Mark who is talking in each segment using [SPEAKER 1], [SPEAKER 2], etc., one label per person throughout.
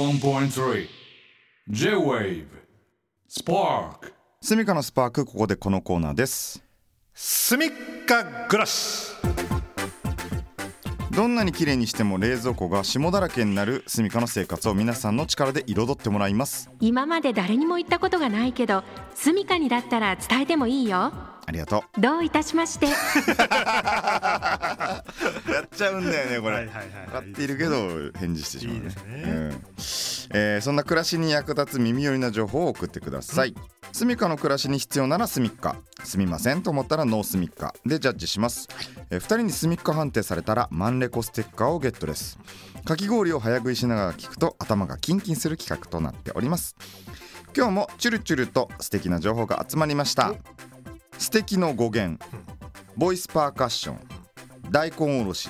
[SPEAKER 1] 81.3 J-Wave Spark
[SPEAKER 2] スミカのスパークここでこのコーナーです
[SPEAKER 3] スミッカグラス
[SPEAKER 2] どんなに綺麗にしても冷蔵庫が霜だらけになるスミカの生活を皆さんの力で彩ってもらいます
[SPEAKER 4] 今まで誰にも言ったことがないけどスミカにだったら伝えてもいいよ
[SPEAKER 2] あり がと
[SPEAKER 4] どういたしまして
[SPEAKER 2] うやっちゃうんだよねこ
[SPEAKER 3] はいはいはい
[SPEAKER 2] 分かっているけど返事してしまう
[SPEAKER 3] いいですね
[SPEAKER 2] うんえーそんな暮らしに役立つ耳寄りな情報を送ってくださいスミカの暮らしに必要ならスミッカすみませんと思ったらノースミッカでジャッジします、えー、2人にスミッカ判定されたらマンレコステッカーをゲットですかき氷を早食いしながら聞くと頭がキンキンする企画となっております今日もチュルチュルと素敵な情報が集まりました素敵の語源ボイスパーカッション大根おろし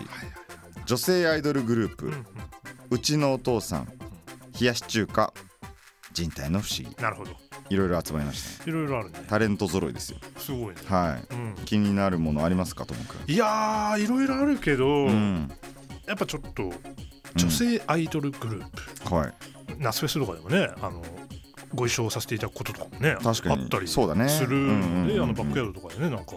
[SPEAKER 2] 女性アイドルグループ、うちのお父さん冷やし中華人体の不思議
[SPEAKER 3] なるほど
[SPEAKER 2] いろいろ集まりましたね
[SPEAKER 3] いろいろあるね
[SPEAKER 2] タレント揃いですよ
[SPEAKER 3] すごいね
[SPEAKER 2] はい、
[SPEAKER 3] うん
[SPEAKER 2] 気になるものありますかともくん
[SPEAKER 3] いやーいろいろあるけど、
[SPEAKER 2] うん
[SPEAKER 3] やっぱちょっと女性アイドルグルー
[SPEAKER 2] はい
[SPEAKER 3] プ、ナスフェスとかでもねあのご一緒させていただくこととかもね
[SPEAKER 2] 確かに
[SPEAKER 3] あったりす
[SPEAKER 2] そうだね
[SPEAKER 3] る
[SPEAKER 2] うんうん
[SPEAKER 3] ん
[SPEAKER 2] うん
[SPEAKER 3] で、
[SPEAKER 2] うん
[SPEAKER 3] あのバックヤードとかでねなんか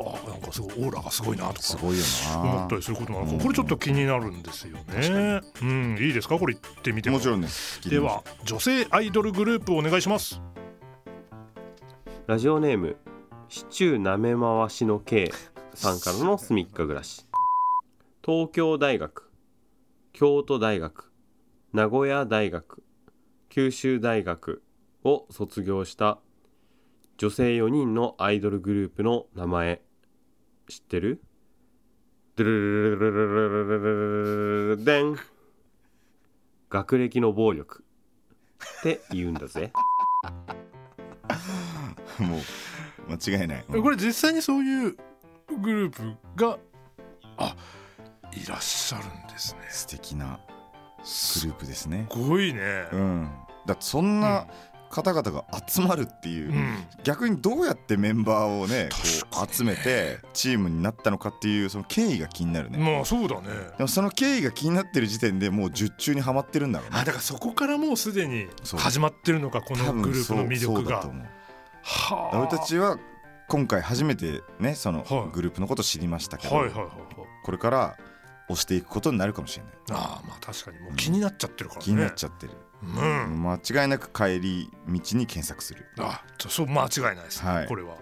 [SPEAKER 3] あーなんかすごいオーラがすごいなと
[SPEAKER 2] す
[SPEAKER 3] か
[SPEAKER 2] ごいよな
[SPEAKER 3] 思ったりすることなのか、
[SPEAKER 2] うん
[SPEAKER 3] これちょっと気になるんですよね。うん、いいですかこれ言ってみても。
[SPEAKER 2] もちろんです
[SPEAKER 3] では女性アイドルグループお願いします。
[SPEAKER 5] ラジオネームシチューなめ回しの K さんからのすみっか暮らし東京大学京都大学名古屋大学九州大学を卒業した女性4人のアイドルグループの名前知ってるドゥルルルルルルルルルルルルルルルルルルデン学歴の暴力って言うんだぜ。
[SPEAKER 2] もう間違いないうん
[SPEAKER 3] これ実際にそういうグループがあいらっしゃるんですね。
[SPEAKER 2] 素敵なグ
[SPEAKER 3] す
[SPEAKER 2] ループですね
[SPEAKER 3] ごいね。
[SPEAKER 2] うんだってそんな方々が集まるっていう、
[SPEAKER 3] うん、
[SPEAKER 2] 逆にどうやってメンバーをねこ
[SPEAKER 3] 確
[SPEAKER 2] う集めてチームになったのかっていうその経緯が気になるね、
[SPEAKER 3] まあそうだね。
[SPEAKER 2] でもその経緯が気になってる時点でもう術中にはまってるんだろう
[SPEAKER 3] あだ
[SPEAKER 2] ね
[SPEAKER 3] からそこからもうすでに
[SPEAKER 2] そう
[SPEAKER 3] 始まってるのかこのグループの魅
[SPEAKER 2] そう
[SPEAKER 3] 力
[SPEAKER 2] だ
[SPEAKER 3] が
[SPEAKER 2] と。思う
[SPEAKER 3] はあ
[SPEAKER 2] 俺たちは今回初めてねそ
[SPEAKER 3] は
[SPEAKER 2] の
[SPEAKER 3] い
[SPEAKER 2] グループのことを知りましたけど、
[SPEAKER 3] はいはいはいはい。
[SPEAKER 2] これから押していくことになるかもしれない
[SPEAKER 3] ああまあ確かにもう気になっちゃってるからね。
[SPEAKER 2] 気になっちゃってる、
[SPEAKER 3] うん。
[SPEAKER 2] 間違いなく帰り道に検索する
[SPEAKER 3] あ、じゃあそう間違いないです、ね
[SPEAKER 2] はい
[SPEAKER 3] これは。は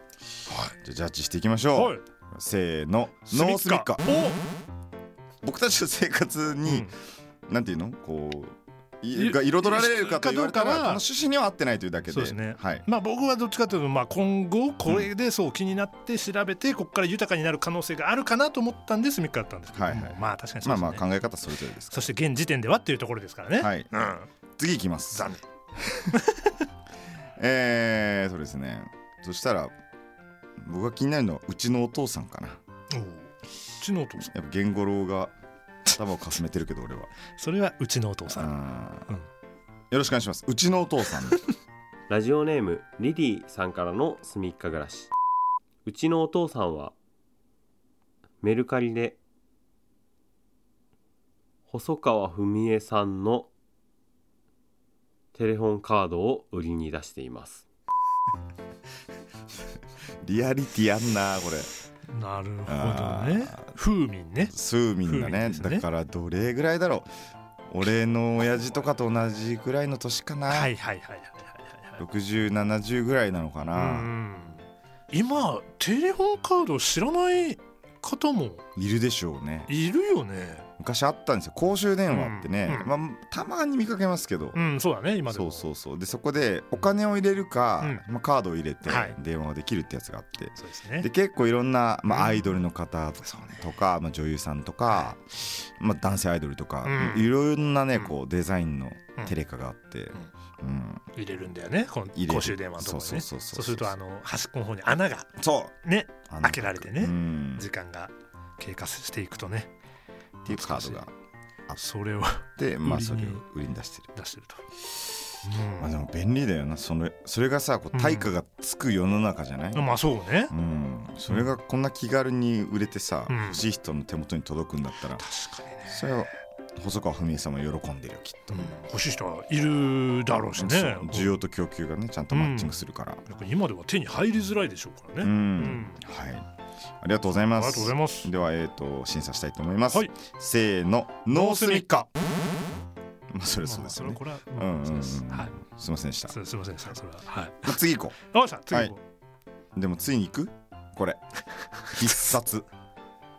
[SPEAKER 2] じゃあジャッジしていきましょう、
[SPEAKER 3] はい。
[SPEAKER 2] せーのノースミッカ
[SPEAKER 3] お、
[SPEAKER 2] 僕たちの生活に、なんていうのこうい
[SPEAKER 3] い
[SPEAKER 2] が彩られるかと言われたら
[SPEAKER 3] かどう
[SPEAKER 2] こ
[SPEAKER 3] か
[SPEAKER 2] の
[SPEAKER 3] は
[SPEAKER 2] 趣旨には合ってないというだけで
[SPEAKER 3] そうですね
[SPEAKER 2] はい、
[SPEAKER 3] まあ僕はどっちかというとまあ今後これでそう気になって調べてここから豊かになる可能性があるかなと思ったんでスミックだったんですけど、
[SPEAKER 2] はいはい
[SPEAKER 3] まあ確かにそう
[SPEAKER 2] ま
[SPEAKER 3] で
[SPEAKER 2] あ
[SPEAKER 3] すね。
[SPEAKER 2] まあ考え方それぞれですか
[SPEAKER 3] そして現時点ではっていうところですからね。
[SPEAKER 2] らはい
[SPEAKER 3] うん。
[SPEAKER 2] 次いきます
[SPEAKER 3] 残念。
[SPEAKER 2] えー、そうですねそしたら僕が気になるのはうちのお父さんかな
[SPEAKER 3] おうちのお父さん。
[SPEAKER 2] やっぱ源五郎が頭をかすめてるけど俺は
[SPEAKER 3] それは うちのお父さん。
[SPEAKER 2] あー
[SPEAKER 3] うん
[SPEAKER 2] よろしくお願いしますうちのお父さん
[SPEAKER 5] ラジオネームリリーさんからのすみっか暮らしうちのお父さんはメルカリで細川文江さんのテレホンカードを売りに出しています
[SPEAKER 2] リアリティあんなこれ
[SPEAKER 3] なる
[SPEAKER 2] あ
[SPEAKER 3] ほどね
[SPEAKER 2] ー。
[SPEAKER 3] 風味ね。
[SPEAKER 2] スーミンだ
[SPEAKER 3] 風味
[SPEAKER 2] ね
[SPEAKER 3] ですね
[SPEAKER 2] だからどれぐらいだろう俺の親父とかと同じぐらいの年かな、
[SPEAKER 3] はいはいはいはいはいはい。
[SPEAKER 2] 6070ぐらいなのか
[SPEAKER 3] う
[SPEAKER 2] な、
[SPEAKER 3] ん。今テレホンカードを知らない方も
[SPEAKER 2] いるでしょうね
[SPEAKER 3] いるよね。
[SPEAKER 2] 昔あったんですよ公衆電話ってね、
[SPEAKER 3] うん
[SPEAKER 2] まあ、たまに見かけますけど、
[SPEAKER 3] うん、そうだね、今で
[SPEAKER 2] そ
[SPEAKER 3] も。
[SPEAKER 2] うそうそうでそこでお金を入れるか、まあ、カードを入れて
[SPEAKER 3] はい
[SPEAKER 2] 電話ができるってやつがあって、
[SPEAKER 3] そうですね
[SPEAKER 2] で。結構いろんな、まあ、
[SPEAKER 3] うん
[SPEAKER 2] アイドルの方
[SPEAKER 3] そうね
[SPEAKER 2] とか、まあ、女優さんとか、まあ、男性アイドルとか、
[SPEAKER 3] うん
[SPEAKER 2] いろんなね
[SPEAKER 3] うん
[SPEAKER 2] こうデザインの
[SPEAKER 3] うん
[SPEAKER 2] テレカがあって、うん
[SPEAKER 3] 入れるんだよね、この
[SPEAKER 2] 入れる
[SPEAKER 3] 公衆電話のところ
[SPEAKER 2] そ
[SPEAKER 3] ね。
[SPEAKER 2] うそうそうそう
[SPEAKER 3] そうすると、あの端っこの方に穴が
[SPEAKER 2] そう
[SPEAKER 3] ね、
[SPEAKER 2] あの
[SPEAKER 3] 開けられてね
[SPEAKER 2] うん
[SPEAKER 3] 時間が経過していくとね、
[SPEAKER 2] っていうカードがあ
[SPEAKER 3] それを
[SPEAKER 2] って、まあ、
[SPEAKER 3] 売り
[SPEAKER 2] そ
[SPEAKER 3] に
[SPEAKER 2] れを売りに出してる。
[SPEAKER 3] 出してると。
[SPEAKER 2] まあ、でも便利だよなそれそれがさこう対価がつく世の中じゃない、
[SPEAKER 3] うん、まあ、そうね
[SPEAKER 2] う。ん、それがこんな気軽に売れてさ、
[SPEAKER 3] うん
[SPEAKER 2] 欲しい人の手元に届くんだったら、
[SPEAKER 3] 確かにね。
[SPEAKER 2] それは細川文江さんも喜んでるよきっ
[SPEAKER 3] うん欲しい人はいるだろうし
[SPEAKER 2] と、
[SPEAKER 3] ね
[SPEAKER 2] そう需要と供給がねちゃんとマッチングするから
[SPEAKER 3] やっぱ今では手に入りづらいでしょうから
[SPEAKER 2] うん、
[SPEAKER 3] ね、
[SPEAKER 2] はいありがとうござい
[SPEAKER 3] あ
[SPEAKER 2] ま
[SPEAKER 3] り
[SPEAKER 2] す
[SPEAKER 3] がとうございます
[SPEAKER 2] ではえっ、と審査したいと思います、
[SPEAKER 3] はい
[SPEAKER 2] せーのノースミッカまあそれそうですよね
[SPEAKER 3] まあまあそれはこれ
[SPEAKER 2] う
[SPEAKER 3] は
[SPEAKER 2] んうんうん
[SPEAKER 3] そうですはい
[SPEAKER 2] すいませんでした
[SPEAKER 3] すすいませんでしたそれははい
[SPEAKER 2] 次行こ
[SPEAKER 3] あわかりました次、
[SPEAKER 2] はいいうでもついに行くこれ必殺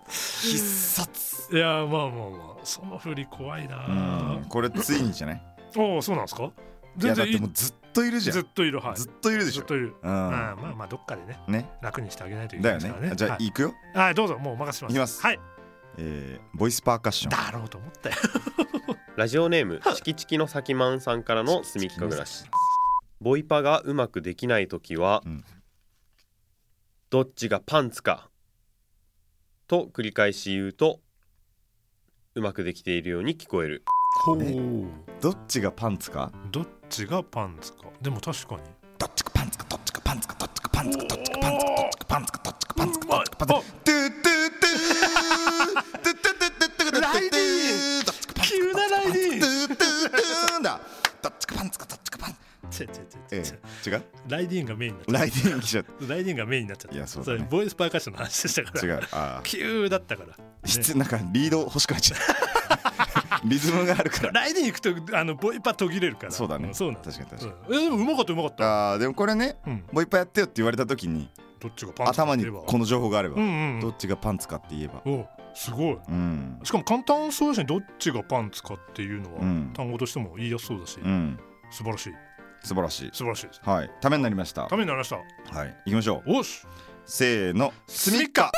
[SPEAKER 2] 必殺
[SPEAKER 3] いやーまあまあまあその振り怖いな
[SPEAKER 2] うんこれついにじゃない
[SPEAKER 3] おおそうなんですか
[SPEAKER 2] いや
[SPEAKER 3] 全
[SPEAKER 2] だっ
[SPEAKER 3] 然い
[SPEAKER 2] てもうずっといるじゃん
[SPEAKER 3] ずっといるはい
[SPEAKER 2] ずっといるでし
[SPEAKER 3] ずっ
[SPEAKER 2] ょ
[SPEAKER 3] といる
[SPEAKER 2] う
[SPEAKER 3] う
[SPEAKER 2] ん
[SPEAKER 3] んまあまあどっかでね
[SPEAKER 2] ね
[SPEAKER 3] 楽にしてあげないといけ
[SPEAKER 2] だ
[SPEAKER 3] な
[SPEAKER 2] よ
[SPEAKER 3] いですからね
[SPEAKER 2] ねじゃあ
[SPEAKER 3] はい
[SPEAKER 2] 行くよ
[SPEAKER 3] はいどうぞもうお任せします
[SPEAKER 2] いきます
[SPEAKER 3] はい
[SPEAKER 2] えーボイスパーカッション
[SPEAKER 3] だろうと思ったよ
[SPEAKER 5] ラジオネームチキチキの先マンさんからのすみっか暮らしボイパがうまくできない時は、
[SPEAKER 2] うん
[SPEAKER 5] どっちがパンツかと繰り返し言うとうまくできているように聞こえる
[SPEAKER 3] ほう
[SPEAKER 2] どっちがパンツか
[SPEAKER 3] どっちがパンツかでも確かに
[SPEAKER 2] どっちかパンツかどっちかパンツかどっちかパンツかどっちかパンツかどっちかパンツかどっちかパンツかどっちかパンツかトゥトゥトゥトゥトゥトゥトゥトゥトゥトゥトゥ
[SPEAKER 3] ライディ
[SPEAKER 2] どっちかパンツか
[SPEAKER 3] 急なライディ
[SPEAKER 2] トゥトゥトゥーンだどっちかパンツかどっちかパンツ
[SPEAKER 3] ちょちょ
[SPEAKER 2] え
[SPEAKER 3] ちょちょ
[SPEAKER 2] え違う
[SPEAKER 3] ライディーンがメインになっちゃっ
[SPEAKER 2] ライディング来ちゃった
[SPEAKER 3] ライディーンがメインになっちゃった
[SPEAKER 2] いやそうだね
[SPEAKER 3] れボイスパーカッションの話でしたか
[SPEAKER 2] た違
[SPEAKER 3] ら
[SPEAKER 2] うあ
[SPEAKER 3] 急だったから
[SPEAKER 2] あ質なんかリード欲しくなっちゃ うリズムがあるから
[SPEAKER 3] ライディーン行くとあのボイパ途切れるから
[SPEAKER 2] そうだね
[SPEAKER 3] んそうなん
[SPEAKER 2] 確かに確かに
[SPEAKER 3] うんえでもうまかったうまかった
[SPEAKER 2] あーでもこれね
[SPEAKER 3] うん
[SPEAKER 2] もういっぱいやってよって言われた時に
[SPEAKER 3] どっちがパンツか
[SPEAKER 2] 頭
[SPEAKER 3] って
[SPEAKER 2] に
[SPEAKER 3] 言えば
[SPEAKER 2] この情報があれば
[SPEAKER 3] うんうん
[SPEAKER 2] どっちがパンツかって言えば
[SPEAKER 3] うんおすごい
[SPEAKER 2] うん
[SPEAKER 3] しかも簡単そうですねどっちがパンツかっていうのは、
[SPEAKER 2] うん
[SPEAKER 3] 単語としても言いやすそうだし、
[SPEAKER 2] うん
[SPEAKER 3] 素晴らしい
[SPEAKER 2] 素晴らしい
[SPEAKER 3] 素晴らしいです
[SPEAKER 2] はいためになりました
[SPEAKER 3] ためになりました
[SPEAKER 2] はい行きましょう
[SPEAKER 3] おし
[SPEAKER 2] せーのスミッカ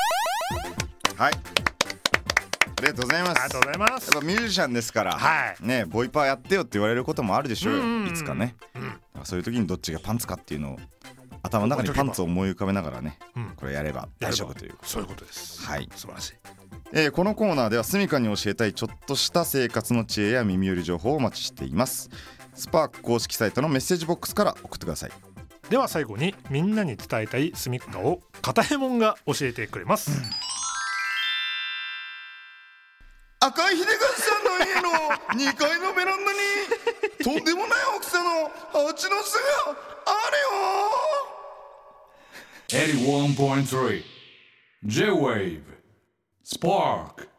[SPEAKER 2] はいありがとうございます
[SPEAKER 3] ありがとうございます
[SPEAKER 2] やっぱミュージシャンですから、
[SPEAKER 3] はい
[SPEAKER 2] ねボイパーやってよって言われることもあるでしょうよ、
[SPEAKER 3] うんうんうん
[SPEAKER 2] いつかね、だからそういう時にどっちがパンツかっていうのを頭の中にパンツを思い浮かべながらね、
[SPEAKER 3] うん
[SPEAKER 2] これやれば大丈夫という
[SPEAKER 3] そういうことです
[SPEAKER 2] はい
[SPEAKER 3] 素晴らしい
[SPEAKER 2] えーこのコーナーではスミカに教えたいちょっとした生活の知恵や耳寄り情報をお待ちしていますスパーク公式サイトのメッセージボックスから送ってください
[SPEAKER 3] では最後にみんなに伝えたいスミッカを片右衛門が教えてくれます、
[SPEAKER 2] 赤井秀和さんの家の2階のベランダにとんでもない大きさの蜂の巣があ
[SPEAKER 1] 81.3 J-Wave Spark